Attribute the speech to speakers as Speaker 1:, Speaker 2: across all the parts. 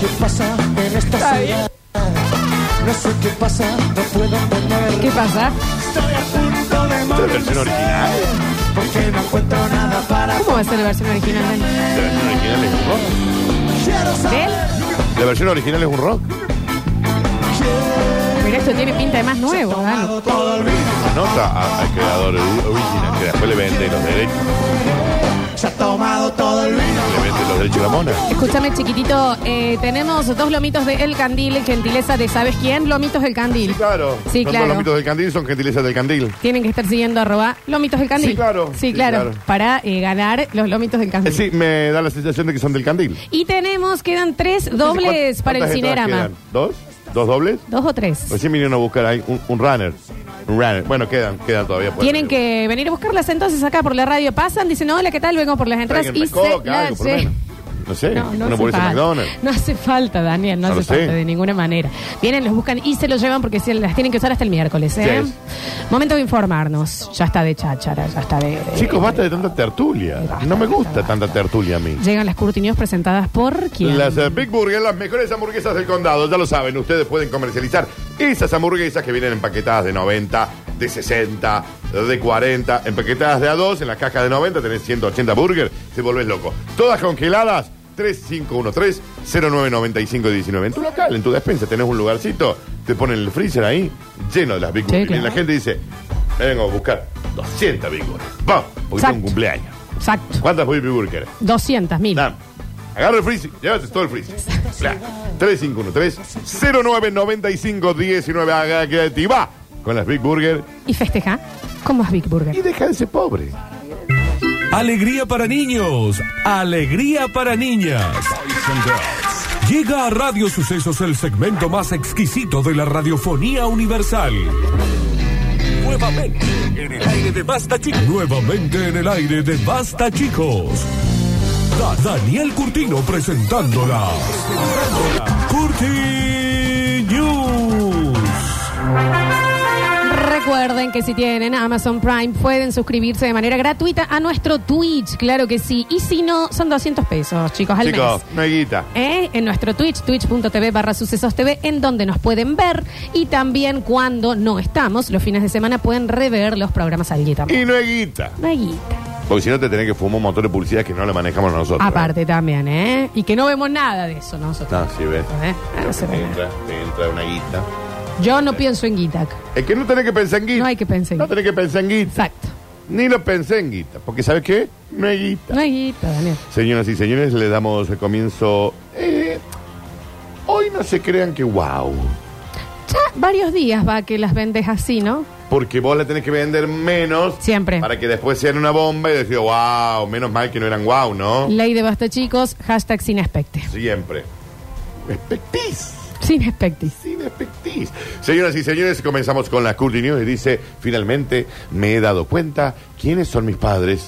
Speaker 1: qué pasa en esta
Speaker 2: Ay.
Speaker 1: ciudad. No sé qué pasa, no puedo entender.
Speaker 2: ¿Qué pasa?
Speaker 1: Estoy a punto de
Speaker 3: ¿Esta es la
Speaker 1: morir.
Speaker 3: versión original?
Speaker 1: Porque no encuentro nada para.
Speaker 2: ¿Cómo va a ser la versión original, Dani?
Speaker 3: ¿La versión original es un rock?
Speaker 1: Quiero
Speaker 2: ¿De
Speaker 1: saber.
Speaker 2: él?
Speaker 3: ¿La versión original es un rock?
Speaker 2: Pero esto tiene pinta de más nuevo, Dani.
Speaker 1: Todo el vino.
Speaker 3: Se nota a- al creador ori- original que después le vende los derechos.
Speaker 1: Se ha tomado todo el vino.
Speaker 3: Le vende los derechos a la mona.
Speaker 2: Escúchame, chiquitito. eh, tenemos dos lomitos de El Candil, gentileza de ¿sabes quién? Lomitos del Candil.
Speaker 3: Sí, claro.
Speaker 2: Sí,
Speaker 3: son
Speaker 2: claro.
Speaker 3: Son los mitos del candil, son gentilezas del candil.
Speaker 2: Tienen que estar siguiendo arroba lomitos del Candil.
Speaker 3: Sí, claro.
Speaker 2: Sí,
Speaker 3: Sí,
Speaker 2: claro.
Speaker 3: claro.
Speaker 2: Para eh, ganar los lomitos del
Speaker 3: Eh,
Speaker 2: Candil.
Speaker 3: sí, me da la sensación de que son del candil.
Speaker 2: Y tenemos, quedan tres dobles
Speaker 3: ¿Cuántas
Speaker 2: para el
Speaker 3: entradas
Speaker 2: Cinerama.
Speaker 3: quedan? ¿Dos? ¿Dos dobles?
Speaker 2: Dos o tres.
Speaker 3: Recién vinieron a buscar ahí un, un runner. Un runner. Bueno, quedan, quedan todavía. pues. por
Speaker 2: Tienen
Speaker 3: ahí.
Speaker 2: que venir a buscarlas entonces acá por la radio. Pasan, dicen, hola, ¿qué tal? Vengo por las entradas
Speaker 3: Traigan
Speaker 2: y
Speaker 3: una
Speaker 2: se
Speaker 3: coca, algo,
Speaker 2: las
Speaker 3: por lo
Speaker 2: lle-
Speaker 3: menos. No sé,
Speaker 2: No, no
Speaker 3: una
Speaker 2: hace
Speaker 3: hamburguesa de
Speaker 2: falta.
Speaker 3: McDonald's.
Speaker 2: No hace falta, Daniel, no,
Speaker 3: No
Speaker 2: hace
Speaker 3: lo sé.
Speaker 2: falta de ninguna manera. Vienen, los buscan y se los llevan porque se las tienen que usar hasta el miércoles. ¿eh?
Speaker 3: Yes.
Speaker 2: Momento de informarnos. Ya está de cháchara, ya está de. de-
Speaker 3: Chicos, basta de tanta tertulia. No me gusta tanta tertulia a mí.
Speaker 2: Llegan las curtinios presentadas por quién?
Speaker 3: Las eh, Big Burger, las mejores hamburguesas del condado, ya lo saben, ustedes pueden comercializar esas hamburguesas que vienen empaquetadas de 90, de 60, de 40, empaquetadas de a 2, en las cajas de 90 tenés 180 burger, te volvés loco. Todas congeladas, 3513-099519. En tu local, en tu despensa, tenés un lugarcito, te ponen el freezer ahí, lleno de las Big
Speaker 2: Sí,
Speaker 3: Burger.
Speaker 2: claro.
Speaker 3: Y la gente dice, "Me vengo a buscar 200 Big Burger. Vamos, porque
Speaker 2: Exacto.
Speaker 3: tengo un cumpleaños.
Speaker 2: Exacto.
Speaker 3: ¿Cuántas Big Burger?
Speaker 2: 200 mil.
Speaker 3: Dame. Agarra el freezer, llévate todo el freezer. 3513-0995-19. Haga que te va con las Big Burger
Speaker 2: Y festeja con más Big Burger.
Speaker 3: y deja de ser pobre.
Speaker 4: Alegría para niños, alegría para niñas. Llega a Radio Sucesos el segmento más exquisito de la radiofonía universal. Nuevamente en el aire de Basta Chicos. Nuevamente en el aire de Basta Chicos. Da- Daniel Curtino presentándola. Curti News.
Speaker 2: Recuerden que si tienen Amazon Prime pueden suscribirse de manera gratuita a nuestro Twitch, claro que sí. Y si no, son 200 pesos, chicos, al
Speaker 3: Chicos,
Speaker 2: mes.
Speaker 3: no hay guita.
Speaker 2: ¿Eh? En nuestro Twitch, twitch.tv barra sucesos TV, en donde nos pueden ver y también cuando no estamos, los fines de semana pueden rever los programas al guita.
Speaker 3: Y no hay guita.
Speaker 2: No hay guita.
Speaker 3: Porque si no te tenés que fumar un montón de publicidad que no la manejamos nosotros.
Speaker 2: Aparte también, ¿eh? Y que no vemos nada de eso nosotros.
Speaker 3: No, sí, ves.
Speaker 2: ¿Eh? Ah, no se ve
Speaker 3: Te
Speaker 2: nada.
Speaker 3: entra, te entra una guita.
Speaker 2: Yo no pienso en guita.
Speaker 3: Es que no tenés que pensar en guita.
Speaker 2: No hay que pensar en
Speaker 3: No
Speaker 2: guita.
Speaker 3: tenés que pensar en guita.
Speaker 2: Exacto.
Speaker 3: Ni lo pensé en guita. Porque ¿sabes qué? No hay guita.
Speaker 2: No hay guita, Daniel.
Speaker 3: Señoras y señores, le damos el comienzo. Eh, hoy no se crean que wow.
Speaker 2: Ya varios días va que las vendes así, ¿no?
Speaker 3: Porque vos la tenés que vender menos.
Speaker 2: Siempre.
Speaker 3: Para que después sean una bomba y decir, wow, menos mal que no eran wow, ¿no?
Speaker 2: Ley de basta chicos, hashtag sin expecte.
Speaker 3: Siempre. Expectis.
Speaker 2: Sin expectis.
Speaker 3: Sin expectis. Señoras y señores, comenzamos con la Curly News y dice, finalmente me he dado cuenta quiénes son mis padres.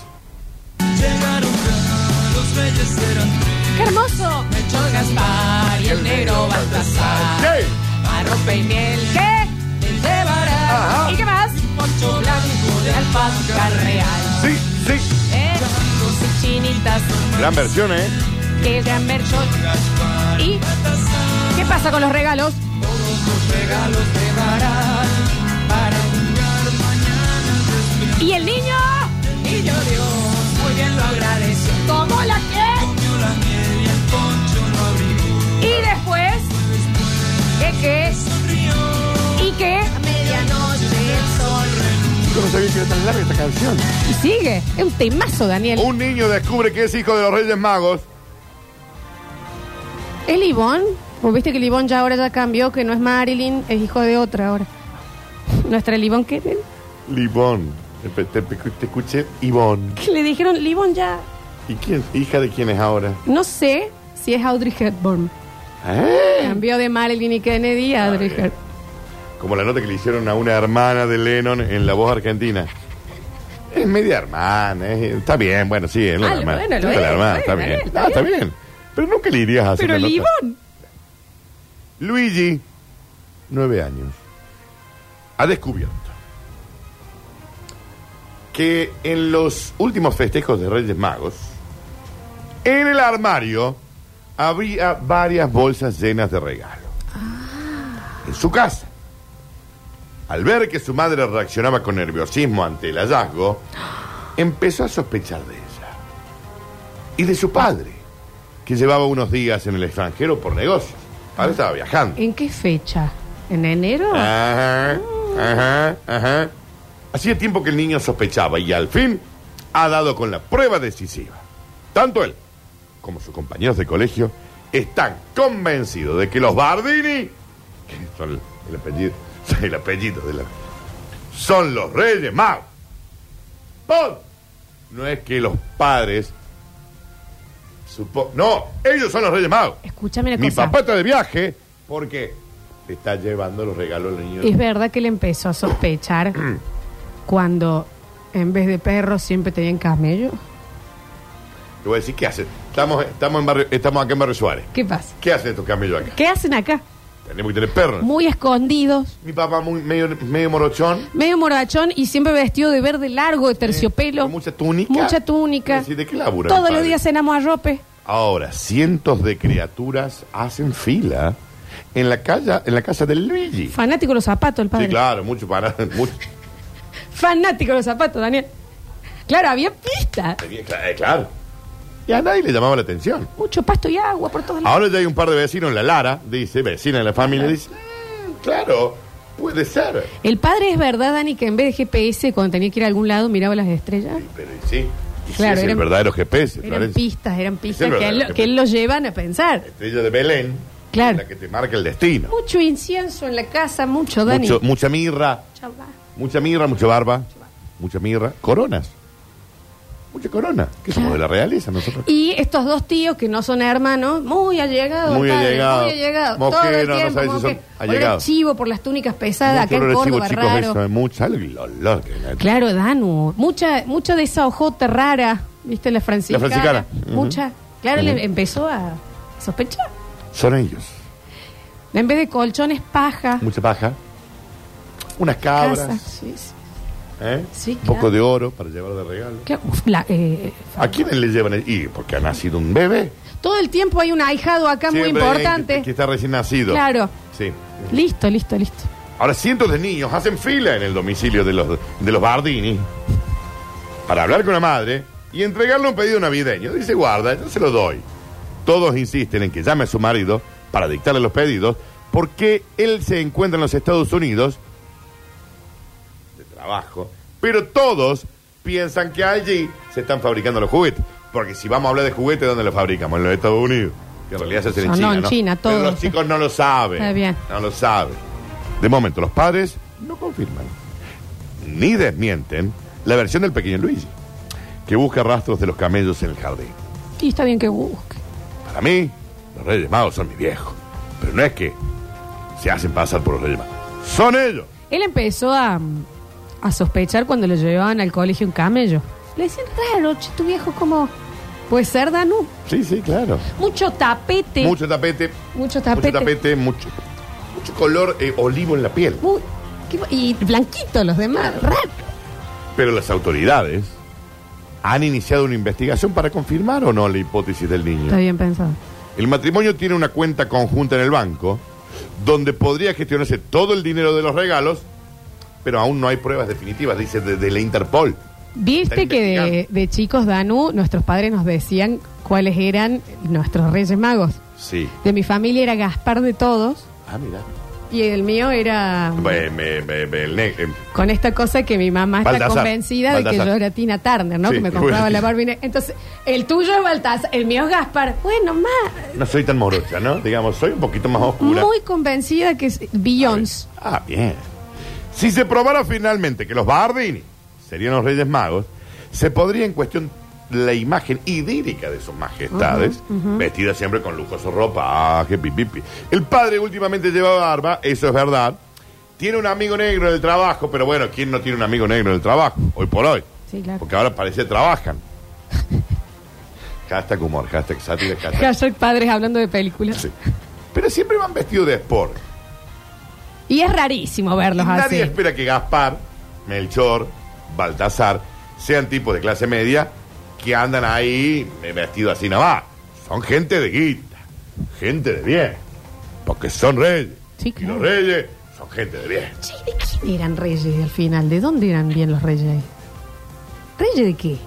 Speaker 2: ¡Qué hermoso!
Speaker 5: y el negro Baltasar.
Speaker 3: ¡Hey!
Speaker 5: Arrope y miel
Speaker 2: ¿Qué?
Speaker 5: te llevará.
Speaker 3: Ajá.
Speaker 2: ¿Y qué más?
Speaker 5: Poncho blanco de alpaca real.
Speaker 3: Sí, sí.
Speaker 2: Eh,
Speaker 5: Chicos y chinitas
Speaker 3: Gran versión, ¿eh?
Speaker 2: que el gran mercho. ¿Y qué pasa con los regalos?
Speaker 5: llevarán. Para un
Speaker 2: ¿Y el niño?
Speaker 5: niño Dios, muy bien lo agradeció.
Speaker 2: ¿Cómo la que? ¿Y después? ¿Qué qué? ¿Y qué?
Speaker 5: Medianoche el sol
Speaker 3: Yo no sabía que era tan larga esta canción.
Speaker 2: Y sigue. Es un temazo, Daniel.
Speaker 3: Un niño descubre que es hijo de los Reyes Magos.
Speaker 2: ¿Es Livón? ¿O viste que Livón ya ahora ya cambió, que no es Marilyn, es hijo de otra ahora? Nuestra Livón que
Speaker 3: Libón. Te, te- te escuché Ivón.
Speaker 2: que le dijeron, Livón ya,
Speaker 3: ¿Y quién? ¿Hija de quién es ahora?
Speaker 2: no sé si es Audrey Hepburn.
Speaker 3: ¿Eh?
Speaker 2: Cambió de Marilyn y Kennedy a Audrey
Speaker 3: bien.
Speaker 2: Hepburn.
Speaker 3: Como la nota que le hicieron a una hermana de Lennon en La Voz Argentina. Es media hermana, es- está bien, bueno, sí, es la
Speaker 2: Ah,
Speaker 3: hermana.
Speaker 2: bueno, lo
Speaker 3: Está la
Speaker 2: es,
Speaker 3: hermana,
Speaker 2: está
Speaker 3: está
Speaker 2: bien,
Speaker 3: bien.
Speaker 2: está
Speaker 3: Ah, está bien. Pero nunca le irías a hacer
Speaker 2: Pero
Speaker 3: una nota.
Speaker 2: Livón.
Speaker 3: Luigi, nueve años, ha descubierto que en los últimos festejos de Reyes Magos, en el armario había varias bolsas llenas de regalos. En su casa. Al ver que su madre reaccionaba con nerviosismo ante el hallazgo, empezó a sospechar de ella. Y de su padre, que llevaba unos días en el extranjero por negocios. Ahora estaba viajando.
Speaker 2: ¿En qué fecha? ¿En enero?
Speaker 3: Ah, Ajá, ajá, ajá. Hacía tiempo que el niño sospechaba y al fin ha dado con la prueba decisiva. Tanto él como sus compañeros de colegio están convencidos de que los Bardini, que son el apellido, son el apellido de la... Son los Reyes Magos. ¡Pon! No es que los padres... supo- no, ellos son los Reyes Magos.
Speaker 2: Escúchame la
Speaker 3: Mi
Speaker 2: cosa.
Speaker 3: papá está de viaje porque le está llevando los regalos al niño.
Speaker 2: Es verdad que le empezó a sospechar cuando en vez de perros siempre tenían camello.
Speaker 3: Te voy a decir, ¿qué hacen? Estamos, estamos, en barrio- estamos acá en Barrio Suárez.
Speaker 2: ¿Qué pasa?
Speaker 3: ¿Qué hacen estos camellos acá?
Speaker 2: ¿Qué hacen acá?
Speaker 3: Tenemos que tener perros.
Speaker 2: Muy escondidos,
Speaker 3: Mi papá muy, medio, medio morochón.
Speaker 2: medio morachón y siempre vestido de verde largo, de terciopelo.
Speaker 3: Con mucha túnica.
Speaker 2: Mucha túnica.
Speaker 3: Es decir, ¿de qué labura mi
Speaker 2: Todos los
Speaker 3: padre?
Speaker 2: días cenamos arrope.
Speaker 3: Ahora, cientos de criaturas hacen fila en la, calle, en la casa del Luigi.
Speaker 2: Fanático de los zapatos, el padre.
Speaker 3: Sí, claro, mucho para... Mucho,
Speaker 2: Fanático de los zapatos, Daniel. Claro, había pista.
Speaker 3: tenía- cla- eh, claro. Y a nadie le llamaba la atención.
Speaker 2: Mucho pasto y agua por todos lados.
Speaker 3: Ahora ya hay un par de vecinos, la Lara, dice, vecina de la familia, dice, "Mm, claro, puede ser.
Speaker 2: El padre es verdad, Dani, que en vez de GPS, cuando tenía que ir a algún lado, miraba las estrellas.
Speaker 3: Pero y sí, y sí,
Speaker 2: Claro,
Speaker 3: es el
Speaker 2: eran-
Speaker 3: verdadero GPS,
Speaker 2: Eran
Speaker 3: Florencia.
Speaker 2: pistas, eran pistas
Speaker 3: verdadero
Speaker 2: que, a él,
Speaker 3: GPS.
Speaker 2: que él lo llevan a pensar.
Speaker 3: Estrella de Belén,
Speaker 2: Claro.
Speaker 3: la que te marca el destino.
Speaker 2: Mucho incienso en la casa, mucho, Uh, Dani.
Speaker 3: Mucho- mucha mirra,
Speaker 2: Chau, va.
Speaker 3: mucha mirra, mucha barba, mucha mirra, coronas. Mucha corona, que somos de la realeza nosotros.
Speaker 2: Y estos dos tíos que no son hermanos, muy allegados.
Speaker 3: Muy
Speaker 2: padre,
Speaker 3: allegados.
Speaker 2: Muy allegados.
Speaker 3: Mosquero,
Speaker 2: todo el tiempo,
Speaker 3: no sabes si son
Speaker 2: mosquero. Olor a
Speaker 3: allegados.
Speaker 2: chivo por las túnicas pesadas,
Speaker 3: Mucho
Speaker 2: acá en
Speaker 3: olor a chivo,
Speaker 2: Córdoba, raro.
Speaker 3: eso, eh, mucha el olor que-
Speaker 2: Claro, Danu. Mucha, mucha de esa ojota rara, ¿viste? La franciscana.
Speaker 3: La franciscana.
Speaker 2: Mucha. Claro,
Speaker 3: Ujú.
Speaker 2: le empezó a sospechar.
Speaker 3: Son ellos.
Speaker 2: En vez de colchones, paja.
Speaker 3: Mucha paja, unas
Speaker 2: Casa.
Speaker 3: cabras,
Speaker 2: Sí, sí.
Speaker 3: ¿eh?
Speaker 2: Sí,
Speaker 3: un
Speaker 2: claro.
Speaker 3: poco de oro para llevar de regalo.
Speaker 2: Claro, uf, la- eh,
Speaker 3: ¿A quiénes le llevan? el- Y porque ha nacido un bebé.
Speaker 2: todo el tiempo hay un ahijado acá muy
Speaker 3: Siempre hay
Speaker 2: importante.
Speaker 3: Que, que está recién nacido.
Speaker 2: Claro.
Speaker 3: Sí.
Speaker 2: Listo, listo, listo.
Speaker 3: Ahora cientos de niños hacen fila en el domicilio de los, de los Bardini para hablar con la madre y entregarle un pedido navideño. Dice, guarda, yo se lo doy. Todos insisten en que llame a su marido para dictarle los pedidos porque él se encuentra en los Estados Unidos de trabajo, pero todos piensan que allí se están fabricando los juguetes. Porque si vamos a hablar de juguetes, ¿dónde los fabricamos? En los Estados Unidos. Que en realidad se hacen en
Speaker 2: Ah, no,
Speaker 3: China.
Speaker 2: en China,
Speaker 3: Pero
Speaker 2: todo.
Speaker 3: los chicos no lo saben.
Speaker 2: Está bien.
Speaker 3: No lo saben. De momento, los padres no confirman ni desmienten la versión del pequeño Luigi, que busca rastros de los camellos en el jardín.
Speaker 2: Y está bien que busque.
Speaker 3: Para mí, los Reyes Magos son mi viejo. Pero no es que se hacen pasar por los Reyes Magos. Son ellos.
Speaker 2: Él empezó a, mm, a sospechar cuando lo llevaban al colegio en camello. Le decían, raro, che, tu viejo, ¿cómo puede ser, Danu?
Speaker 3: Sí, sí, claro.
Speaker 2: Mucho tapete.
Speaker 3: Mucho tapete.
Speaker 2: Mucho tapete.
Speaker 3: Mucho tapete, mucho, mucho color eh, olivo en la piel.
Speaker 2: Muy- qué bo- y blanquito los demás, raro.
Speaker 3: Pero las autoridades han iniciado una investigación para confirmar o no la hipótesis del niño.
Speaker 2: Está bien pensado.
Speaker 3: El matrimonio tiene una cuenta conjunta en el banco donde podría gestionarse todo el dinero de los regalos, pero aún no hay pruebas definitivas, dice de, de la Interpol.
Speaker 2: Viste
Speaker 3: Está
Speaker 2: que de,
Speaker 3: investigando.
Speaker 2: de chicos, Danu, nuestros padres nos decían cuáles eran nuestros reyes magos.
Speaker 3: Sí.
Speaker 2: De mi familia era Gaspar de todos
Speaker 3: Ah, mira.
Speaker 2: y el mío era mm,
Speaker 3: Be- be- be- be- el ne- eh,
Speaker 2: con esta cosa que mi mamá está
Speaker 3: Baltasar.
Speaker 2: convencida de que
Speaker 3: Baltasar.
Speaker 2: yo era Tina Turner, ¿no?
Speaker 3: Sí,
Speaker 2: que me compraba
Speaker 3: bueno.
Speaker 2: la Barbie. ne- Entonces, el tuyo es Baltasar, el mío es Gaspar. Bueno, más
Speaker 3: no soy tan morocha, ¿no? Digamos, soy un poquito más oscura.
Speaker 2: muy convencida que es Beyoncé.
Speaker 3: Ah, bien. Si se probara finalmente que los Bardini serían los Reyes Magos, se podría en cuestión la imagen idílica de sus majestades, vestidas siempre con lujoso ropaje, pi, pi, pi. El padre últimamente lleva barba, eso es verdad. Tiene un amigo negro en el trabajo, pero bueno, ¿quién no tiene un amigo negro en el trabajo? Hoy por hoy.
Speaker 2: Sí, claro.
Speaker 3: Porque ahora parece que trabajan. hashtag humor, hashtag sátira, hashtag
Speaker 2: Hashtag padres hablando de películas.
Speaker 3: Sí. Pero siempre van vestidos de sport.
Speaker 2: Y es rarísimo verlos
Speaker 3: Y nadie
Speaker 2: así.
Speaker 3: espera que Gaspar, Melchor, Baltasar sean tipos de clase media que andan ahí eh, vestidos así nada más. Son gente de guita. gente de bien. Porque son reyes.
Speaker 2: Sí,
Speaker 3: Y
Speaker 2: claro.
Speaker 3: los reyes son gente de bien.
Speaker 2: Che, ¿de quién eran reyes al final? ¿De dónde eran bien los reyes? ¿Reyes de qué?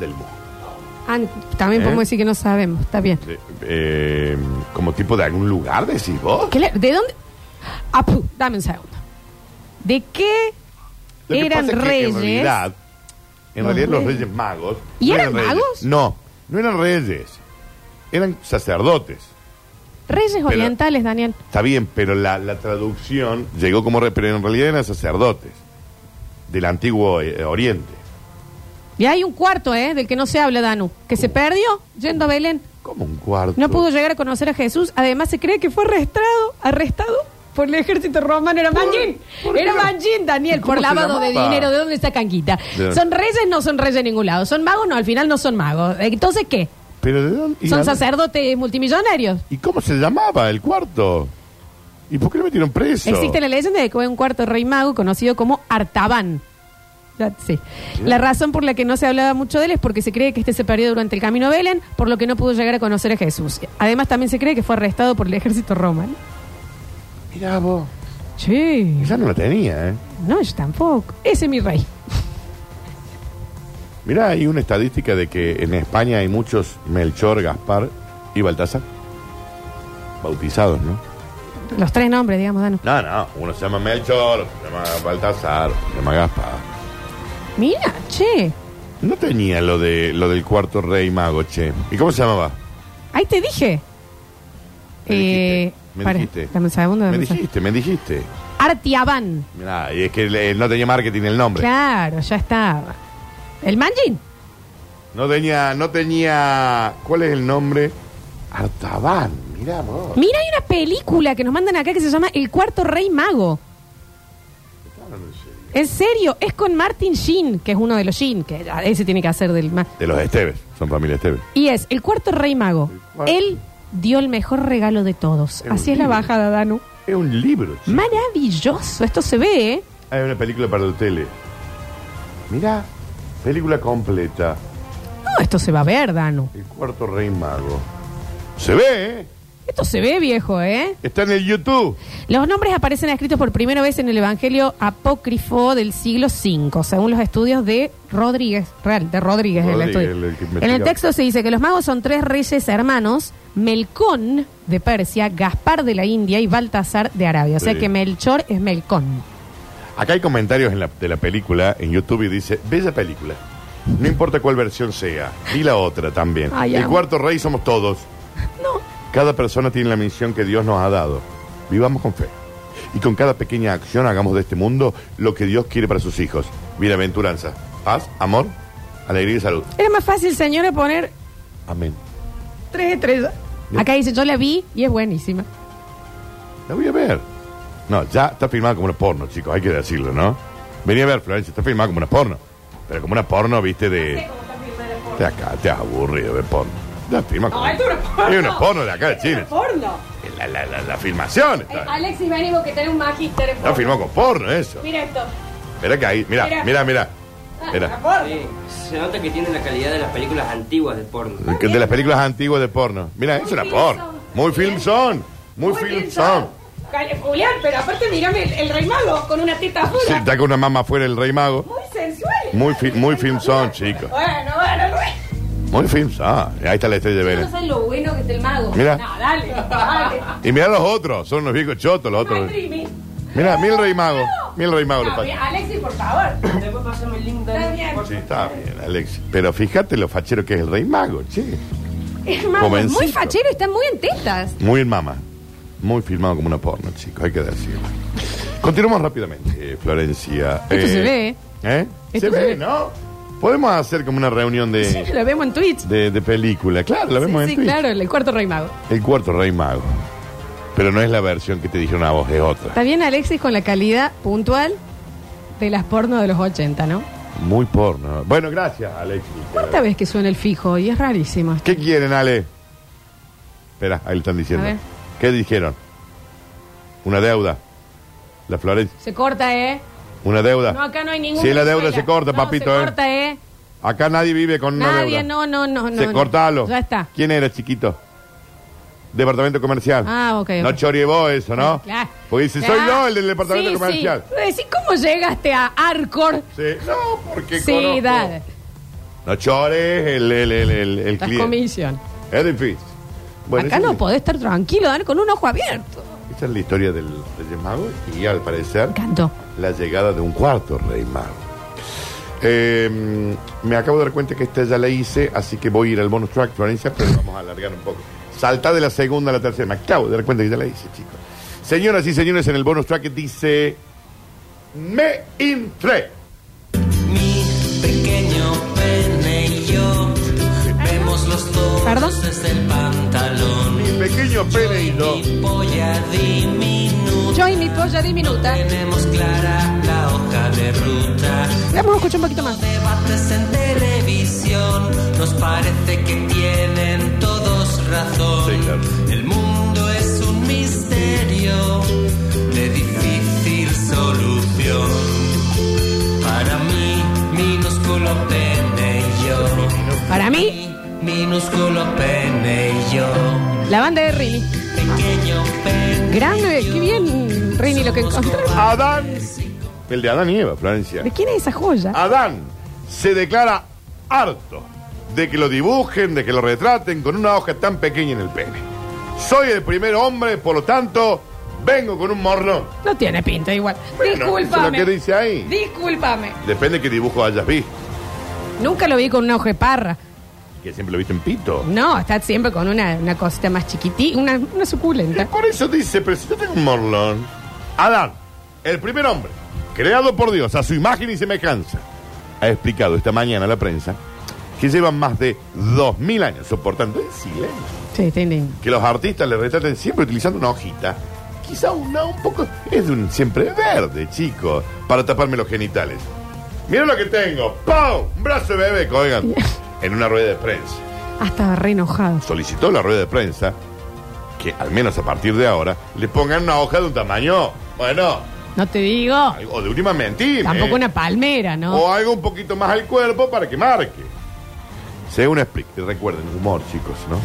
Speaker 3: Del mundo.
Speaker 2: Ah, también
Speaker 3: ¿Eh?
Speaker 2: podemos decir que no sabemos, está bien.
Speaker 3: De- eh, como tipo de algún lugar, decís vos.
Speaker 2: ¿Qué le- ¿De dónde? Apu, dame un segundo. ¿De qué
Speaker 3: Lo que
Speaker 2: eran
Speaker 3: pasa es que
Speaker 2: reyes?
Speaker 3: En realidad, en
Speaker 2: Los
Speaker 3: realidad los
Speaker 2: reyes.
Speaker 3: reyes magos.
Speaker 2: ¿Y eran
Speaker 3: reyes.
Speaker 2: magos?
Speaker 3: No, no eran reyes. Eran sacerdotes.
Speaker 2: Reyes orientales, Daniel.
Speaker 3: Está bien, pero la, la traducción llegó como rey, pero en realidad eran sacerdotes del antiguo eh, Oriente.
Speaker 2: Y hay un cuarto, ¿eh? Del que no se habla, Danu, que se perdió yendo a Belén.
Speaker 3: Como un cuarto.
Speaker 2: No pudo llegar a conocer a Jesús. Además, se cree que fue arrestado, arrestado por el ejército romano. Era Mangín.
Speaker 3: por
Speaker 2: Era
Speaker 3: qué?
Speaker 2: Mangín, Daniel,
Speaker 3: ¿Y cómo
Speaker 2: por
Speaker 3: se
Speaker 2: lavado de
Speaker 3: llamaba?
Speaker 2: dinero. ¿De dónde sacan quita?
Speaker 3: De-
Speaker 2: ¿Son reyes? No son reyes de ningún lado. ¿Son magos? No, al final no son magos. Entonces, ¿qué?
Speaker 3: Pero ¿de dónde? y
Speaker 2: ¿Son
Speaker 3: a-
Speaker 2: sacerdotes multimillonarios?
Speaker 3: ¿Y cómo se llamaba el cuarto? ¿Y por qué lo metieron preso?
Speaker 2: Existe la leyenda de que fue un cuarto rey mago conocido como Artaban. Ya, sí. La razón por la que no se hablaba mucho de él es porque se cree que este se perdió durante el camino a Belén, por lo que no pudo llegar a conocer a Jesús. Además, también se cree que fue arrestado por el ejército romano.
Speaker 3: Mirá vos.
Speaker 2: Sí.
Speaker 3: Ya no lo tenía, ¿eh?
Speaker 2: No, yo tampoco. Ese es mi rey.
Speaker 3: Mirá, hay una estadística de que en España hay muchos Melchor, Gaspar y Baltasar. Bautizados, ¿no?
Speaker 2: Los tres nombres, digamos, Danu.
Speaker 3: No, no. Uno se llama Melchor, otro se llama Baltasar, otro se llama Gaspar.
Speaker 2: Mira, che.
Speaker 3: No tenía lo de lo del cuarto rey mago, che. ¿Y cómo se llamaba?
Speaker 2: Ahí te dije.
Speaker 3: Me
Speaker 2: Eh,
Speaker 3: dijiste, me
Speaker 2: para,
Speaker 3: dijiste.
Speaker 2: dame un segundo, dame
Speaker 3: Me
Speaker 2: un
Speaker 3: dijiste, me dijiste.
Speaker 2: segundo. Artiabán.
Speaker 3: Mirá, y es que le- no tenía marketing el nombre.
Speaker 2: Claro, ya estaba. El Manjin.
Speaker 3: No tenía, no tenía. ¿Cuál es el nombre? Artaban, mirá vos.
Speaker 2: Mira, hay una película que nos mandan acá que se llama El Cuarto Rey Mago. En serio, es con Martin Sheen, que es uno de los Sheen, que ya ese tiene que hacer del más.
Speaker 3: De los Esteves, son familia Esteves.
Speaker 2: Y es El Cuarto Rey Mago.
Speaker 3: El cuarto.
Speaker 2: Él dio el mejor regalo de todos.
Speaker 3: Es un
Speaker 2: Así es la
Speaker 3: libro.
Speaker 2: bajada, Danu.
Speaker 3: Es un libro, che.
Speaker 2: Maravilloso, esto se ve, ¿eh?
Speaker 3: Hay una película para el tele. Mirá, película completa.
Speaker 2: No, esto se va a ver, Danu.
Speaker 3: El cuarto rey mago. Se ve, ¿eh?
Speaker 2: Esto se ve, viejo, ¿eh?
Speaker 3: Está en el YouTube.
Speaker 2: Los nombres aparecen escritos por primera vez en el Evangelio Apócrifo del siglo V, según los estudios de Rodríguez, real, de Rodríguez, el
Speaker 3: Rodríguez,
Speaker 2: estudio.
Speaker 3: el que
Speaker 2: en el
Speaker 3: investigaba.
Speaker 2: texto se dice que los magos son tres reyes hermanos, Melcón de Persia, Gaspar de la India y Baltasar de Arabia. O sea
Speaker 3: Sí.
Speaker 2: que Melchor es Melcón.
Speaker 3: Acá hay comentarios en la- de la película en YouTube y dice, bella película. No importa cuál versión sea, y la otra también.
Speaker 2: Ay,
Speaker 3: el
Speaker 2: amo.
Speaker 3: cuarto rey somos todos. Cada persona tiene la misión que Dios nos ha dado. Vivamos con fe. Y con cada pequeña acción hagamos de este mundo lo que Dios quiere para sus hijos. Bienaventuranza, paz, amor, alegría y salud.
Speaker 2: Era más fácil, señora, poner
Speaker 3: Amén.
Speaker 2: tres estrellas. Acá dice, yo la vi y es buenísima.
Speaker 3: La voy a ver. No, ya está filmada como una porno, chicos, hay que decirlo, ¿no? Venía a ver, Florencia, está filmada como una porno. Pero como una porno, viste, de. Te acá, te has aburrido de porno. Ya filma como.
Speaker 2: esto es una porno.
Speaker 3: Es una porno de acá de Chile.
Speaker 2: Porno. Eh,
Speaker 3: La, la, la, la filmación está.
Speaker 2: Alexis, venimos que tenés un magíster.
Speaker 3: Está filmado con porno eso.
Speaker 2: Mira Ah, esto.
Speaker 3: Mira que ahí, mira, mira, mira. Mira.
Speaker 6: Sí, se nota que tiene la calidad de las películas antiguas de porno.
Speaker 3: Que De las películas antiguas de porno. Mira, es una
Speaker 2: film
Speaker 3: porno.
Speaker 2: son.
Speaker 3: Muy film son. Muy film son.
Speaker 2: Cal- Julián, pero aparte mirame el, el rey mago con una teta
Speaker 3: Sí,
Speaker 2: afuera.
Speaker 3: está con una mamá afuera el rey mago.
Speaker 2: Muy sensual.
Speaker 3: Muy, fi- muy film son, chicos.
Speaker 2: Bueno, bueno, el rey.
Speaker 3: Muy film son. Ahí está la estrella de Vélez.
Speaker 2: No sabes lo bueno que es el mago.
Speaker 3: Mira.
Speaker 2: No, dale, dale.
Speaker 3: Y mirá los otros, son los viejos chotos los otros.
Speaker 2: Streaming.
Speaker 3: Mirá, mil rey mago. Mil rey mago le
Speaker 2: No,
Speaker 3: falta.
Speaker 2: Alexis, por favor.
Speaker 6: Después pasame el link
Speaker 2: Está bien.
Speaker 6: Dani.
Speaker 3: Sí, está bien, Alex. Pero fíjate lo fachero que es el rey mago, che.
Speaker 2: Es mago,
Speaker 3: Jovencito.
Speaker 2: muy fachero, está muy en tetas.
Speaker 3: Muy en mama. Muy filmado como una porno, chicos, hay que decirlo. Continuamos rápidamente, eh, Florencia.
Speaker 2: Esto se ve, ¿eh?
Speaker 3: ¿Eh?
Speaker 2: Esto
Speaker 3: se,
Speaker 2: se
Speaker 3: ve,
Speaker 2: ve.
Speaker 3: ¿no? Podemos hacer como una reunión de,
Speaker 2: Lo vemos en Twitch.
Speaker 3: de, de película. Claro, la vemos
Speaker 2: sí,
Speaker 3: en
Speaker 2: sí,
Speaker 3: Twitch.
Speaker 2: claro, el cuarto rey mago.
Speaker 3: El cuarto rey mago. Pero no es la versión que te dijeron a vos, es otra.
Speaker 2: Está bien Alexis con la calidad puntual de las porno de los 80, ¿no?
Speaker 3: Muy porno. Bueno, gracias, Alex.
Speaker 2: ¿Cuánta vez que suena el fijo? Y es rarísimo.
Speaker 3: ¿Qué quieren, Ale? Espera, ahí le están
Speaker 2: A
Speaker 3: diciendo.
Speaker 2: ver.
Speaker 3: ¿Qué dijeron? Una deuda. La Florencia.
Speaker 2: Se corta, ¿eh?
Speaker 3: Una deuda.
Speaker 2: No, acá no hay ningún.
Speaker 3: Si la
Speaker 2: Venezuela.
Speaker 3: deuda se corta,
Speaker 2: No,
Speaker 3: papito,
Speaker 2: se
Speaker 3: ¿eh?
Speaker 2: corta, ¿eh?
Speaker 3: Acá nadie vive con una
Speaker 2: Nadie,
Speaker 3: deuda.
Speaker 2: no, no, no.
Speaker 3: se
Speaker 2: no, no.
Speaker 3: cortalo.
Speaker 2: Ya está.
Speaker 3: ¿Quién era, chiquito? departamento comercial.
Speaker 2: Ah, ok, ok.
Speaker 3: No chorie vos eso, ¿no?
Speaker 2: Claro.
Speaker 3: Porque dice, soy
Speaker 2: Claro.
Speaker 3: yo el del departamento
Speaker 2: Sí,
Speaker 3: comercial.
Speaker 2: Sí. Decís, ¿cómo llegaste a Arcor?
Speaker 3: Sí. No, porque
Speaker 2: Sí,
Speaker 3: conozco.
Speaker 2: dale.
Speaker 3: No chores el, el, el, el, el
Speaker 2: Las
Speaker 3: cliente.
Speaker 2: comisión.
Speaker 3: Es difícil. Bueno,
Speaker 2: Acá
Speaker 3: esa
Speaker 2: no
Speaker 3: es-
Speaker 2: podés estar tranquilo, Dan, con un ojo abierto.
Speaker 3: Esta es la historia del Rey Mago y al parecer
Speaker 2: Canto.
Speaker 3: la llegada de un cuarto Rey Mago. Eh, me acabo de dar cuenta que esta ya la hice, así que voy a ir al bonus track, Florencia, pero vamos a alargar un poco. Salta de la segunda a la tercera. Me acabo de dar cuenta que ya la hice, chicos. Señoras y señores, en el bonus track dice... Me intré.
Speaker 5: Mi pequeño pene y yo vemos los dos
Speaker 2: Perdón.
Speaker 5: desde el pantalón.
Speaker 3: Mi pequeño pene y yo.
Speaker 5: Polla diminuta,
Speaker 2: Yo y mi polla diminuta.
Speaker 5: tenemos clara la hoja de ruta.
Speaker 2: Vamos a escuchar un poquito más.
Speaker 5: Debates en televisión, nos parece que tienen todos razón.
Speaker 3: Sí, claro.
Speaker 5: El mundo es un misterio de difícil solución. Para mí, minúsculo pene y yo.
Speaker 2: Para mí,
Speaker 5: Minúsculo pene y yo.
Speaker 2: la banda de Rini.
Speaker 5: Pequeño pene.
Speaker 2: Grande, qué bien, Rini, lo que encontré.
Speaker 3: Adán. El de Adán y Eva, Florencia.
Speaker 2: ¿De quién es esa joya?
Speaker 3: Adán se declara harto de que lo dibujen, de que lo retraten con una hoja tan pequeña en el pene. Soy el primer hombre, por lo tanto, vengo con un morno.
Speaker 2: No tiene pinta igual.
Speaker 3: Bueno,
Speaker 2: Discúlpame.
Speaker 3: eso es lo que dice ahí.
Speaker 2: Discúlpame.
Speaker 3: Depende de qué dibujo hayas visto.
Speaker 2: Nunca lo vi con un ojo de parra.
Speaker 3: Que siempre lo viste en pito.
Speaker 2: No, está siempre con una, una cosita más chiquitita, una, una
Speaker 3: Y
Speaker 2: suculenta.
Speaker 3: por eso dice, pero si yo tengo un morlón. Adán, el primer hombre, creado por Dios a su imagen y semejanza, ha explicado esta mañana a la prensa que llevan más de 2.000 años soportando el silencio.
Speaker 2: Sí, tiene.
Speaker 3: que los artistas le retraten siempre utilizando una hojita. Quizá una un poco. Es de un siempre verde, chico, para taparme los genitales. Mira lo que tengo. ¡Pau! Un brazo de bebé, oigan. En una rueda de prensa.
Speaker 2: Ah, estaba re enojado.
Speaker 3: Solicitó la rueda de prensa que, al menos a partir de ahora, le pongan una hoja de un tamaño. Bueno,
Speaker 2: No te digo.
Speaker 3: algo- o de última mentira. ¿eh?
Speaker 2: Tampoco una palmera, ¿no?
Speaker 3: O algo un poquito más al cuerpo para que marque. Según explica, y recuerden, humor, chicos, ¿no?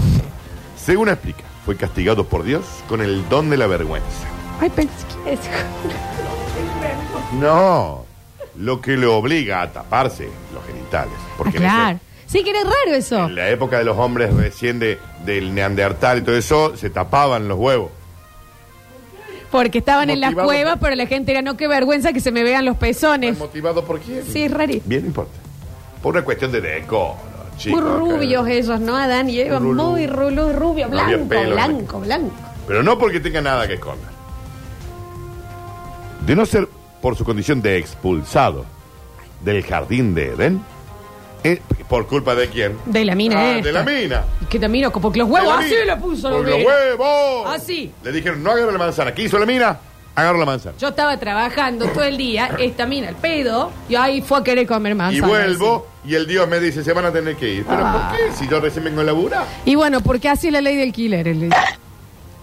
Speaker 3: Según explica, fue castigado por Dios con el don de la vergüenza.
Speaker 2: Ay, pensé que es-
Speaker 3: No, lo que le obliga a taparse los genitales.
Speaker 2: Ah,
Speaker 3: Porque en ese-
Speaker 2: claro. Sí, que era raro eso.
Speaker 3: en la época de los hombres recién de- del neandertal y todo eso, se tapaban los huevos.
Speaker 2: Porque estaban en las
Speaker 3: Motivado
Speaker 2: cuevas,
Speaker 3: por-
Speaker 2: pero la gente era, no, qué vergüenza que se me vean los pezones.
Speaker 3: ¿Motivado por quién?
Speaker 2: Sí, es raro.
Speaker 3: Bien, no importa. Por una cuestión de decoro,
Speaker 2: Muy
Speaker 3: chicos.
Speaker 2: rubios ellos, ¿no? Adán y Eva,
Speaker 3: Rulú.
Speaker 2: muy rulos, rubios,
Speaker 3: No había
Speaker 2: blanco,
Speaker 3: pelo,
Speaker 2: blanco, blanco.
Speaker 3: Pero no porque tenga nada que esconder. De no ser por su condición de expulsado del jardín de Edén, eh, ¿por culpa de quién?
Speaker 2: De la mina,
Speaker 3: Ah,
Speaker 2: esta.
Speaker 3: De la mina.
Speaker 2: Y que te miro, porque los huevos, así
Speaker 3: De la mina.
Speaker 2: lo puso.
Speaker 3: Por
Speaker 2: lo
Speaker 3: los
Speaker 2: vi.
Speaker 3: huevos.
Speaker 2: Así.
Speaker 3: Le dijeron, no agarro la manzana. ¿Qué hizo la mina? Agarro la manzana.
Speaker 2: Yo estaba trabajando todo el día, esta mina al pedo, y ahí fue a querer comer manzana.
Speaker 3: y vuelvo y el Dios me dice, se van a tener que ir. ¿Pero
Speaker 2: Ah.
Speaker 3: por qué? Si yo recién vengo a laburar.
Speaker 2: así. Y bueno, porque así es la ley del killer. él le dice.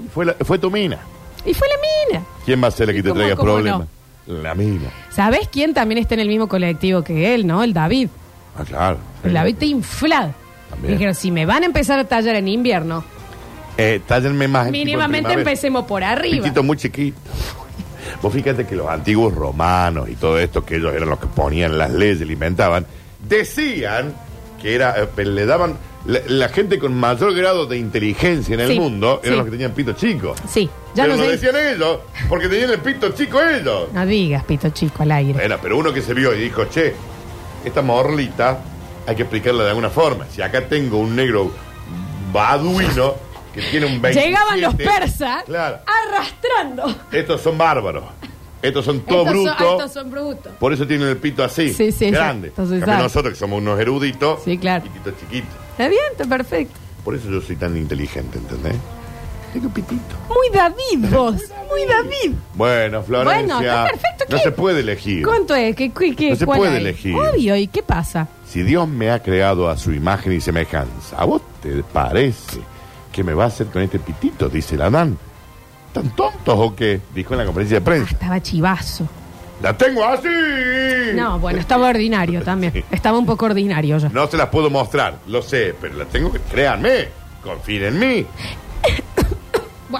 Speaker 3: Y fue, la- fue tu mina.
Speaker 2: Y fue la mina.
Speaker 3: ¿Quién va a ser la que te
Speaker 2: ¿Cómo-
Speaker 3: traiga
Speaker 2: cómo
Speaker 3: problemas? La mina.
Speaker 2: ¿Sabés quién también está en el mismo colectivo que él, no? El David.
Speaker 3: Ah, claro.
Speaker 2: El David está inflado.
Speaker 3: También.
Speaker 2: Dijeron, si me van a empezar a tallar en invierno,
Speaker 3: Eh, tállenme más. en tipo en
Speaker 2: mínimamente
Speaker 3: primavera.
Speaker 2: empecemos por arriba.
Speaker 3: Piquito muy chiquito. Vos fíjate que los antiguos romanos y todo esto, que ellos eran los que ponían las leyes, le inventaban, decían que era, eh, le daban, la, la gente con mayor grado de inteligencia en el
Speaker 2: Sí,
Speaker 3: mundo eran
Speaker 2: sí.
Speaker 3: los que tenían pito chico.
Speaker 2: Sí, ya
Speaker 3: pero
Speaker 2: no
Speaker 3: lo
Speaker 2: sé.
Speaker 3: decían ellos, porque tenían el pito chico ellos.
Speaker 2: No digas, pito chico, al aire.
Speaker 3: Bueno, pero uno que se vio y dijo, che, esta morlita hay que explicarla de alguna forma. Si acá tengo un negro baduino que tiene un 27...
Speaker 2: Llegaban los persas
Speaker 3: Claro.
Speaker 2: arrastrando.
Speaker 3: Estos son bárbaros. Estos son todo
Speaker 2: Estos son- ah,
Speaker 3: brutos.
Speaker 2: estos son brutos.
Speaker 3: Por eso tienen el pito así.
Speaker 2: Sí, sí,
Speaker 3: grande.
Speaker 2: sí. Entonces,
Speaker 3: Cambio
Speaker 2: sabe.
Speaker 3: nosotros que somos unos eruditos.
Speaker 2: Sí, claro.
Speaker 3: Chiquitos, chiquitos.
Speaker 2: Está bien, está perfecto.
Speaker 3: Por eso yo soy tan inteligente, ¿entendés? Tengo pitito.
Speaker 2: Muy David vos, muy David.
Speaker 3: Bueno, Florencia.
Speaker 2: Bueno, está perfecto.
Speaker 3: No
Speaker 2: ¿qué?
Speaker 3: se puede elegir.
Speaker 2: ¿Cuánto es? ¿Qué, qué, qué-
Speaker 3: No se
Speaker 2: cuál
Speaker 3: puede
Speaker 2: hay?
Speaker 3: elegir.
Speaker 2: Obvio, ¿y qué pasa?
Speaker 3: Si Dios me ha creado a su imagen y semejanza, ¿a vos te parece que me va a hacer con este pitito? Dice el Adán. ¿Tan tontos o qué? Dijo en la conferencia de
Speaker 2: Ah,
Speaker 3: prensa.
Speaker 2: estaba chivazo.
Speaker 3: ¡La tengo así!
Speaker 2: No, bueno, estaba ordinario también.
Speaker 3: Sí.
Speaker 2: Estaba un poco ordinario ya.
Speaker 3: No se las puedo mostrar, lo sé, pero las tengo que. Créanme, confíen en mí.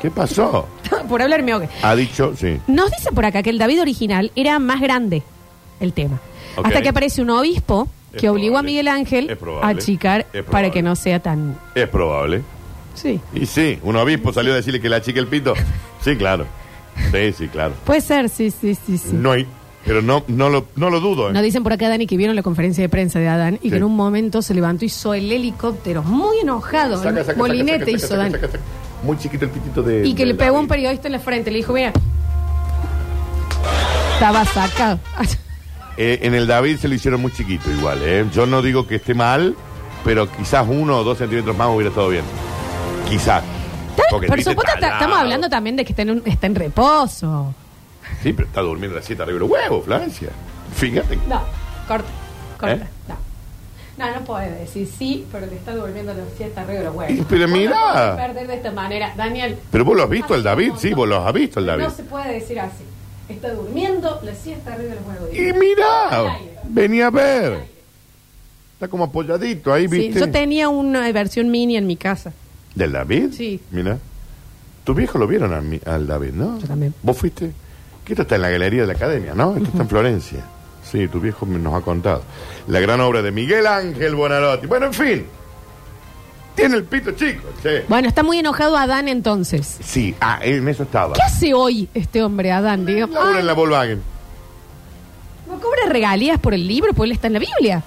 Speaker 3: ¿Qué pasó?
Speaker 2: por hablar me ahogué.
Speaker 3: Ha dicho, sí.
Speaker 2: Nos dice por acá que el David original era más grande el tema.
Speaker 3: Ok.
Speaker 2: Hasta que aparece un obispo
Speaker 3: Es
Speaker 2: que obligó
Speaker 3: probable.
Speaker 2: a Miguel Ángel
Speaker 3: Es probable.
Speaker 2: a achicar
Speaker 3: Es probable.
Speaker 2: para que no sea tan.
Speaker 3: Es probable.
Speaker 2: Sí.
Speaker 3: Y sí, un obispo salió a decirle que la chica el pito. Sí, claro. Sí, sí, claro.
Speaker 2: Puede ser, sí, sí, sí, sí.
Speaker 3: No hay, pero no, no, lo, no lo dudo. ¿eh?
Speaker 2: Nos dicen por acá, Dani, que vieron la conferencia de prensa de Adán y
Speaker 3: Sí.
Speaker 2: que en un momento se levantó y hizo el helicóptero, muy enojado.
Speaker 3: Saca,
Speaker 2: el
Speaker 3: saca,
Speaker 2: molinete
Speaker 3: saca, saca,
Speaker 2: hizo
Speaker 3: saca,
Speaker 2: Dani.
Speaker 3: saca, saca. Muy chiquito el pitito de.
Speaker 2: Y que
Speaker 3: de
Speaker 2: le pegó
Speaker 3: David.
Speaker 2: a un periodista en la frente, le dijo, mira, estaba sacado.
Speaker 3: Eh, en el David se lo hicieron muy chiquito igual, ¿eh? Yo no digo que esté mal, pero quizás uno o dos centímetros más hubiera estado bien. Quizás. Porque el
Speaker 2: Por
Speaker 3: pito
Speaker 2: supuesto,
Speaker 3: está al
Speaker 2: ta- estamos
Speaker 3: lado.
Speaker 2: hablando también de que está en, un- está en reposo.
Speaker 3: Sí, pero está durmiendo la siesta arriba de los huevos, Florencia. Fíjate.
Speaker 2: No, corta, corta,
Speaker 3: ¿Eh?
Speaker 2: no. No, no puede decir sí, pero le está durmiendo la siesta arriba de los
Speaker 3: Y,
Speaker 2: huevos.
Speaker 3: pero
Speaker 2: Vos no
Speaker 3: mira.
Speaker 2: podés perder de esta manera, Daniel.
Speaker 3: Pero vos lo has visto al David, sí, vos lo has visto al
Speaker 2: Pero
Speaker 3: David.
Speaker 2: No se puede decir así. Está durmiendo la siesta arriba de los huevos.
Speaker 3: Y mira, venía a ver. Está como apoyadito ahí,
Speaker 2: Sí,
Speaker 3: ¿viste?
Speaker 2: yo tenía una versión mini en mi casa.
Speaker 3: ¿Del David?
Speaker 2: Sí.
Speaker 3: Mira. Tu viejo lo vieron a mi- al David, ¿no?
Speaker 2: Yo también.
Speaker 3: ¿Vos fuiste? Que esto está en la galería de la academia, ¿no? Esto está en Florencia. Sí, tu viejo me- nos ha contado. La gran obra de Miguel Ángel Buonarroti. Bueno, en fin. Tiene el pito chico, che.
Speaker 2: Bueno, está muy enojado Adán entonces.
Speaker 3: Sí, ah, en eso estaba.
Speaker 2: ¿Qué hace hoy este hombre, Adán? Digo,
Speaker 3: Labura en la Volkswagen.
Speaker 2: ¿no cobra regalías por el libro? Porque él está en la Biblia.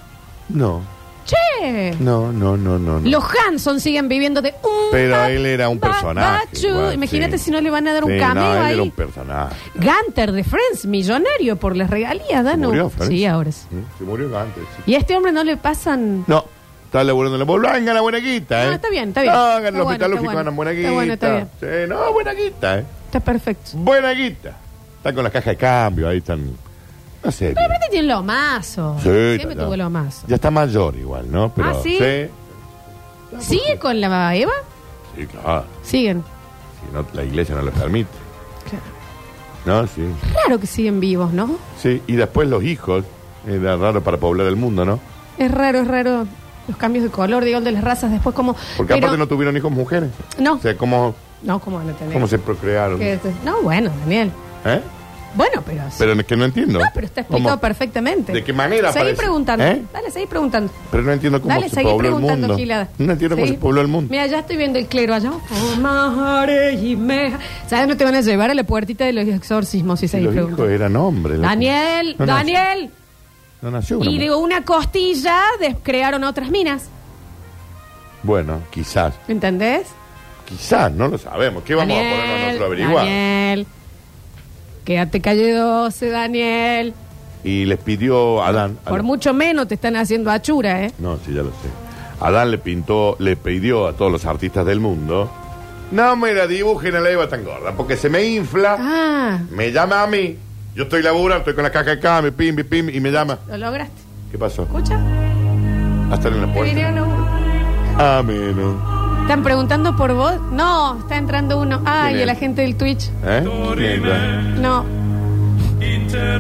Speaker 3: No,
Speaker 2: ¡Che!
Speaker 3: no, no, no, no. no.
Speaker 2: Los Hanson siguen viviendo de un.
Speaker 3: Pero
Speaker 2: ba-
Speaker 3: él era un
Speaker 2: ba-
Speaker 3: personaje.
Speaker 2: bachu.
Speaker 3: igual,
Speaker 2: Imagínate
Speaker 3: sí.
Speaker 2: si no le van a dar un
Speaker 3: Sí,
Speaker 2: cameo
Speaker 3: no, él
Speaker 2: ahí.
Speaker 3: era un personaje.
Speaker 2: Gunter de Friends, millonario por las regalías, Danu.
Speaker 3: Murió, Florencia.
Speaker 2: Ah, sí, ahora sí.
Speaker 3: Sí, Se murió antes, sí.
Speaker 2: Y a este hombre no le pasan.
Speaker 3: No, está Pues laburando en la bola. Venga, la buena guita, ¿eh?
Speaker 2: No, está bien, está bien.
Speaker 3: No, en
Speaker 2: Está
Speaker 3: el
Speaker 2: bueno, está
Speaker 3: hospital lógico
Speaker 2: bueno.
Speaker 3: ganan buena guita.
Speaker 2: Está bueno, está
Speaker 3: Sí, no, buena guita, ¿eh?
Speaker 2: Está perfecto.
Speaker 3: Buena guita. Están con las cajas de cambio, ahí están. No sé.
Speaker 2: Pero
Speaker 3: bien.
Speaker 2: aparte tiene lo mazo.
Speaker 3: Sí,
Speaker 2: Siempre
Speaker 3: está-
Speaker 2: tuvo lo mazo.
Speaker 3: Ya está mayor igual, ¿no? Pero,
Speaker 2: Ah, ¿sí?
Speaker 3: pues,
Speaker 2: ¿Sigue con la Eva?
Speaker 3: Sí, claro.
Speaker 2: Siguen.
Speaker 3: Si no, la iglesia no lo permite.
Speaker 2: Claro.
Speaker 3: No, sí.
Speaker 2: Claro que siguen vivos, ¿no?
Speaker 3: Sí, y después los hijos. Era raro para poblar el mundo, ¿no?
Speaker 2: Es raro, es raro los cambios de color, digo, el de las razas después como...
Speaker 3: Porque
Speaker 2: pero-
Speaker 3: aparte no tuvieron hijos mujeres.
Speaker 2: No.
Speaker 3: O sea, ¿cómo,
Speaker 2: No, ¿cómo no tenés?
Speaker 3: cómo se procrearon?
Speaker 2: Que esto- No, bueno, Daniel.
Speaker 3: ¿Eh?
Speaker 2: Bueno, pero...
Speaker 3: Pero es que no entiendo.
Speaker 2: No, pero está explicado
Speaker 3: ¿Cómo?
Speaker 2: perfectamente.
Speaker 3: ¿De qué manera
Speaker 2: Seguí
Speaker 3: parece?
Speaker 2: preguntando.
Speaker 3: ¿Eh?
Speaker 2: Dale, seguí preguntando.
Speaker 3: Pero no entiendo cómo
Speaker 2: Dale,
Speaker 3: se
Speaker 2: seguí
Speaker 3: pobló el
Speaker 2: preguntando,
Speaker 3: mundo.
Speaker 2: Gilada.
Speaker 3: No entiendo cómo
Speaker 2: Seguí.
Speaker 3: se pobló el mundo.
Speaker 2: Mira, ya estoy viendo el clero allá. Oh, majare y me- ¿Sabes? No te van a llevar a la puertita de los exorcismos si
Speaker 3: Y
Speaker 2: seguís
Speaker 3: los hijos
Speaker 2: preguntando.
Speaker 3: eran hombres. loco.
Speaker 2: Daniel,
Speaker 3: No nació-
Speaker 2: Daniel.
Speaker 3: no nació
Speaker 2: Y
Speaker 3: una mujer.
Speaker 2: de una costilla des- crearon otras minas.
Speaker 3: Bueno, quizás.
Speaker 2: ¿Entendés?
Speaker 3: Quizás, no lo sabemos. ¿Qué vamos a ponernos nosotros a averiguar?
Speaker 2: Daniel. Quédate calle 12, Daniel.
Speaker 3: Y les pidió a Adán. a
Speaker 2: Por
Speaker 3: la-
Speaker 2: mucho menos te están haciendo achura, ¿eh?
Speaker 3: No, sí, ya lo sé. Adán le pintó, le pidió a todos los artistas del mundo. No me la dibujen a la Eva tan gorda, porque se me infla,
Speaker 2: Ah,
Speaker 3: me llama a mí. Yo estoy laburando, estoy con la caja de cambio, pim, pim, pim, y me llama.
Speaker 2: lo lograste.
Speaker 3: ¿Qué pasó?
Speaker 2: Escucha,
Speaker 3: Hasta en la
Speaker 2: te
Speaker 3: puerta.
Speaker 2: vinieron a uno.
Speaker 3: Ah, menos.
Speaker 2: ¿Están preguntando por vos? No, está entrando uno. Ay,
Speaker 3: ¿Quién
Speaker 2: y la
Speaker 3: es?
Speaker 2: gente del Twitch.
Speaker 3: ¿Eh? ¿Quién entra?
Speaker 2: No,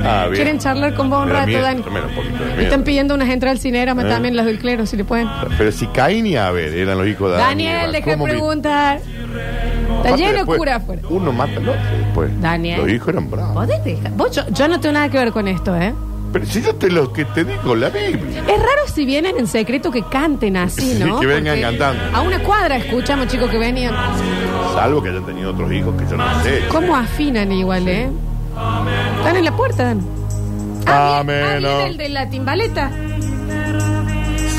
Speaker 3: Ah, bien.
Speaker 2: quieren charlar con vos un
Speaker 3: Me da
Speaker 2: rato,
Speaker 3: miedo,
Speaker 2: Dani.
Speaker 3: me da un poquito de
Speaker 2: Me
Speaker 3: miedo.
Speaker 2: están pidiendo unas entradas al cinérama
Speaker 3: ¿Eh?
Speaker 2: también, las del clero, si le pueden.
Speaker 3: Pero si Caín y Abel eran los hijos de Adán y Eva,
Speaker 2: Daniel, deja de
Speaker 3: ¿cómo vi-
Speaker 2: preguntar. Está
Speaker 3: Aparte,
Speaker 2: lleno de
Speaker 3: después,
Speaker 2: cura afuera.
Speaker 3: Uno mata al otro después.
Speaker 2: Daniel.
Speaker 3: Los hijos eran bravos.
Speaker 2: ¿Podés dejar? Vos, yo, yo no tengo nada que ver con esto, ¿eh?
Speaker 3: Pero si yo te lo que te digo, la Biblia.
Speaker 2: Es raro si vienen en secreto que canten así,
Speaker 3: Sí,
Speaker 2: ¿no?
Speaker 3: que vengan
Speaker 2: Porque
Speaker 3: cantando.
Speaker 2: A una cuadra escuchamos, chicos, que venían.
Speaker 3: Salvo que hayan tenido otros hijos que yo no sé.
Speaker 2: ¿Cómo afinan igual, eh? Están en la puerta, Dan. Ah, bien, ah,
Speaker 3: Amén.
Speaker 2: bien, el de la timbaleta.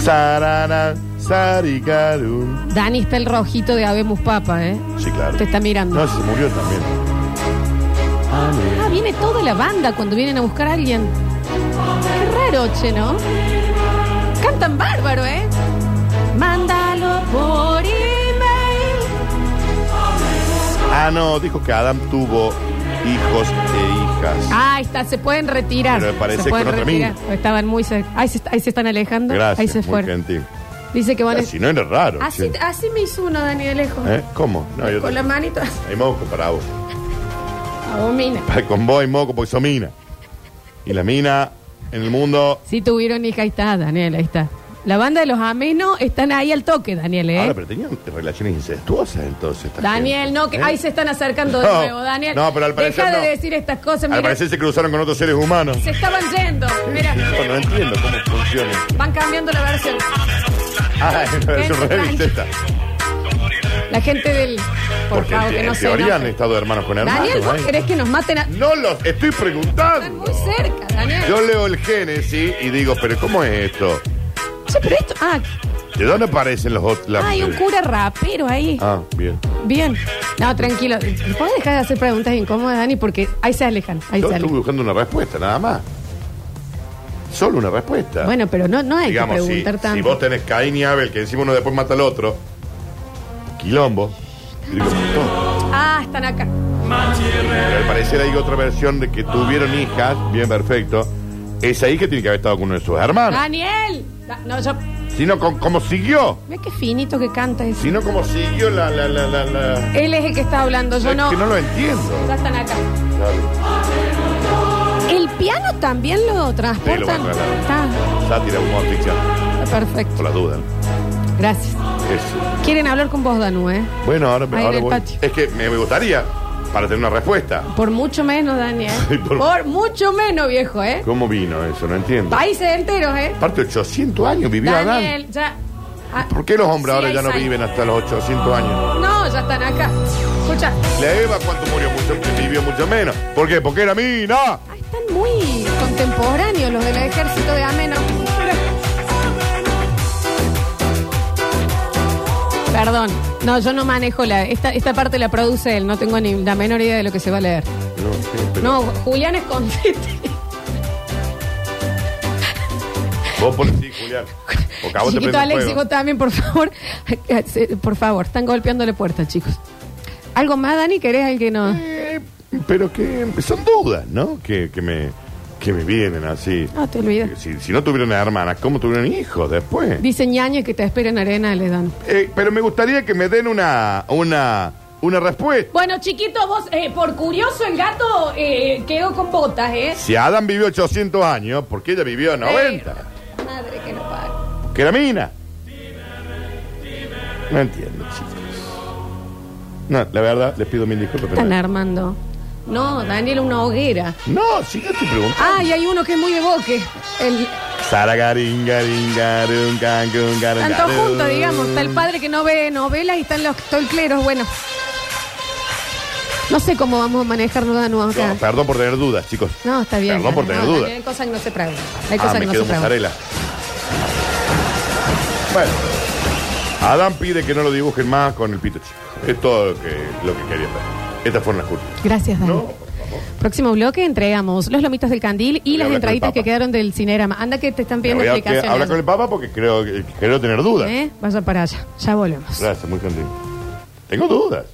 Speaker 3: Sarana, saricarum.
Speaker 2: Dani está el rojito de Abemus Papa, ¿eh?
Speaker 3: Sí, claro.
Speaker 2: Te está mirando.
Speaker 3: No, se murió también.
Speaker 2: Ah, viene toda la banda cuando vienen a buscar a alguien. Qué raro, che, ¿no? Cantan bárbaro, ¿eh? Mándalo por email.
Speaker 3: Ah, no, dijo que Adam tuvo hijos e hijas.
Speaker 2: Ahí está, se pueden retirar.
Speaker 3: Pero parece
Speaker 2: se pueden
Speaker 3: con otra
Speaker 2: retirar. Estaban muy cerca. Ahí se, ahí se están alejando.
Speaker 3: Gracias.
Speaker 2: ahí se
Speaker 3: muy
Speaker 2: fueron.
Speaker 3: gentil.
Speaker 2: Dice que van a...
Speaker 3: Ah, Si no era raro.
Speaker 2: Así,
Speaker 3: che.
Speaker 2: así me hizo uno, Dani de lejos.
Speaker 3: ¿Eh? ¿Cómo? No, yo
Speaker 2: ah. Con la manito.
Speaker 3: Hay moco para vos.
Speaker 2: Abomina.
Speaker 3: Para con vos hay moco porque sos mina. Y la mina en el mundo
Speaker 2: Si tuvieron hija, ahí está, Daniel, ahí está. La banda de los amenos están ahí al toque, Daniel, ¿eh?
Speaker 3: Ahora, pero tenían relaciones incestuosas entonces. esta
Speaker 2: Daniel,
Speaker 3: gente,
Speaker 2: no, que
Speaker 3: ¿eh?
Speaker 2: ahí se están acercando de
Speaker 3: No,
Speaker 2: nuevo, Daniel.
Speaker 3: no, pero al parecer
Speaker 2: Deja
Speaker 3: no.
Speaker 2: de decir estas cosas,
Speaker 3: Al
Speaker 2: mira.
Speaker 3: parecer se cruzaron con otros seres humanos.
Speaker 2: Se estaban yendo, mira. eh,
Speaker 3: Yo no entiendo cómo funciona.
Speaker 2: Van cambiando la versión.
Speaker 3: Ah, es una versión
Speaker 2: Gente,
Speaker 3: revista esta.
Speaker 2: La gente del. Por
Speaker 3: Porque
Speaker 2: favor, que
Speaker 3: en,
Speaker 2: no
Speaker 3: en
Speaker 2: se.
Speaker 3: teoría han
Speaker 2: enoje.
Speaker 3: estado hermanos con hermanos.
Speaker 2: Daniel, ¿vos
Speaker 3: ¿eh?
Speaker 2: querés que nos maten a.?
Speaker 3: No los estoy
Speaker 2: Están
Speaker 3: preguntando.
Speaker 2: muy cerca, Daniel.
Speaker 3: Yo leo el Génesis y digo, pero ¿cómo es esto?
Speaker 2: Che, pero esto. Ah,
Speaker 3: ¿De dónde aparecen los otros?
Speaker 2: ah, hay un cura rapero ahí.
Speaker 3: Ah, bien.
Speaker 2: Bien. No, tranquilo. ¿Puedes dejar de hacer preguntas incómodas, Dani? Porque ahí se alejan. Ahí
Speaker 3: Yo
Speaker 2: se
Speaker 3: estuve
Speaker 2: alejan.
Speaker 3: buscando una respuesta, nada más. Solo una respuesta.
Speaker 2: Bueno, pero no, no hay
Speaker 3: Digamos,
Speaker 2: que
Speaker 3: si,
Speaker 2: preguntar tanto.
Speaker 3: si vos tenés Caín y Abel, que encima uno después mata al otro, quilombo. Y digo, todo.
Speaker 2: Ah, están acá.
Speaker 3: Pero al parecer hay otra versión de que tuvieron hijas, bien perfecto. Es ahí que tiene que haber estado con uno de sus hermanos.
Speaker 2: ¡Daniel! Da- No, yo.
Speaker 3: Sino con cómo siguió.
Speaker 2: Mira qué finito que canta ese.
Speaker 3: Sino cómo siguió la, la, la, la, la-
Speaker 2: Él es el que está hablando, yo
Speaker 3: Es
Speaker 2: no.
Speaker 3: que no lo entiendo.
Speaker 2: Ya están acá.
Speaker 3: Claro.
Speaker 2: ¿El piano también lo
Speaker 3: Sí, lo van
Speaker 2: transportan?
Speaker 3: a
Speaker 2: está,
Speaker 3: tratar. Sátira, humor, ficción.
Speaker 2: está
Speaker 3: Por
Speaker 2: perfecto.
Speaker 3: las dudas.
Speaker 2: Gracias.
Speaker 3: Eso.
Speaker 2: Quieren hablar con vos, Danu, ¿eh?
Speaker 3: Bueno, ahora,
Speaker 2: Ahí en
Speaker 3: ahora
Speaker 2: el
Speaker 3: voy.
Speaker 2: patio.
Speaker 3: Es que me gustaría, para tener una respuesta.
Speaker 2: Por mucho menos, Daniel.
Speaker 3: Sí,
Speaker 2: por...
Speaker 3: por-
Speaker 2: mucho menos, viejo, ¿eh?
Speaker 3: ¿Cómo vino eso? No entiendo.
Speaker 2: Países enteros, ¿eh?
Speaker 3: Aparte, 800 años vivió Adán.
Speaker 2: Daniel, ya. Ah,
Speaker 3: ¿Por qué los hombres
Speaker 2: sí,
Speaker 3: ahora
Speaker 2: hay
Speaker 3: ya no
Speaker 2: sal-
Speaker 3: viven hasta los 800 años?
Speaker 2: No, ya están acá. Escucha.
Speaker 3: La Eva, ¿cuánto murió? Mucho, vivió mucho menos. ¿Por qué? Porque era mina.
Speaker 2: Ah, están muy contemporáneos los del ejército de Ameno. Pero- Perdón, no, yo no manejo la. Esta, esta parte la produce él, no tengo ni la menor idea de lo que se va a leer.
Speaker 3: No, sí, pero
Speaker 2: No, Julián Escondite.
Speaker 3: Vos por sí, Julián. Porque a vos te
Speaker 2: Chiquito
Speaker 3: prende
Speaker 2: Alex,
Speaker 3: fuego.
Speaker 2: vos también, por favor. Se- Por favor, están golpeando la puerta, chicos. ¿Algo más, Dani? ¿Querés alguien que no?
Speaker 3: Eh, pero que son dudas, ¿no? Que, que me, que me vienen así.
Speaker 2: No te olvides.
Speaker 3: Si, si no tuvieron hermanas, ¿cómo tuvieron hijos después?
Speaker 2: Dice ñaño que te esperen arena, le dan.
Speaker 3: Eh, pero me gustaría que me den una, una, una respuesta.
Speaker 2: Bueno, chiquito, vos, eh, por curioso, el gato eh, quedó con botas, ¿eh?
Speaker 3: Si Adán vivió 800 años, ¿por qué ella vivió 90?
Speaker 2: Pero, Madre que no paga.
Speaker 3: Que era mina. No entiendo, chicos. No, la verdad, les pido mil disculpas. pero
Speaker 2: Están
Speaker 3: no-
Speaker 2: armando. No, Daniel, una hoguera.
Speaker 3: No, sí que te pregunto.
Speaker 2: Ah, y hay uno que es muy de boque. El,
Speaker 3: Saragarín, garín, garún, can, cun, garún,
Speaker 2: están todos
Speaker 3: garún.
Speaker 2: juntos, digamos. Está el padre que no ve novelas y están los tolcleros. Bueno. No sé cómo vamos a manejarlo, Danu, acá.
Speaker 3: No, perdón por tener dudas, chicos.
Speaker 2: No, está bien.
Speaker 3: Perdón por tener
Speaker 2: No,
Speaker 3: dudas.
Speaker 2: Daniel, Hay cosas que no se preguntan. Hay
Speaker 3: Ah,
Speaker 2: cosas que
Speaker 3: me
Speaker 2: no
Speaker 3: quedo
Speaker 2: se preguntan.
Speaker 3: mozzarella. Bueno, Adán pide que no lo dibujen más con el pito chico. Es todo lo que, lo que quería ver. Estas fueron las culpas.
Speaker 2: Gracias, Dani.
Speaker 3: No, por favor.
Speaker 2: Próximo bloque entregamos los lomitos del candil y
Speaker 3: Voy a
Speaker 2: las
Speaker 3: hablar
Speaker 2: entraditas
Speaker 3: con el
Speaker 2: que
Speaker 3: Papa.
Speaker 2: quedaron del cinerama. Anda que te están pidiendo
Speaker 3: Voy a que-
Speaker 2: explicaciones.
Speaker 3: hablar con el papá porque creo que quiero tener dudas.
Speaker 2: ¿Eh? Vaya para allá. Ya volvemos.
Speaker 3: Gracias, muy gentil. Tengo dudas.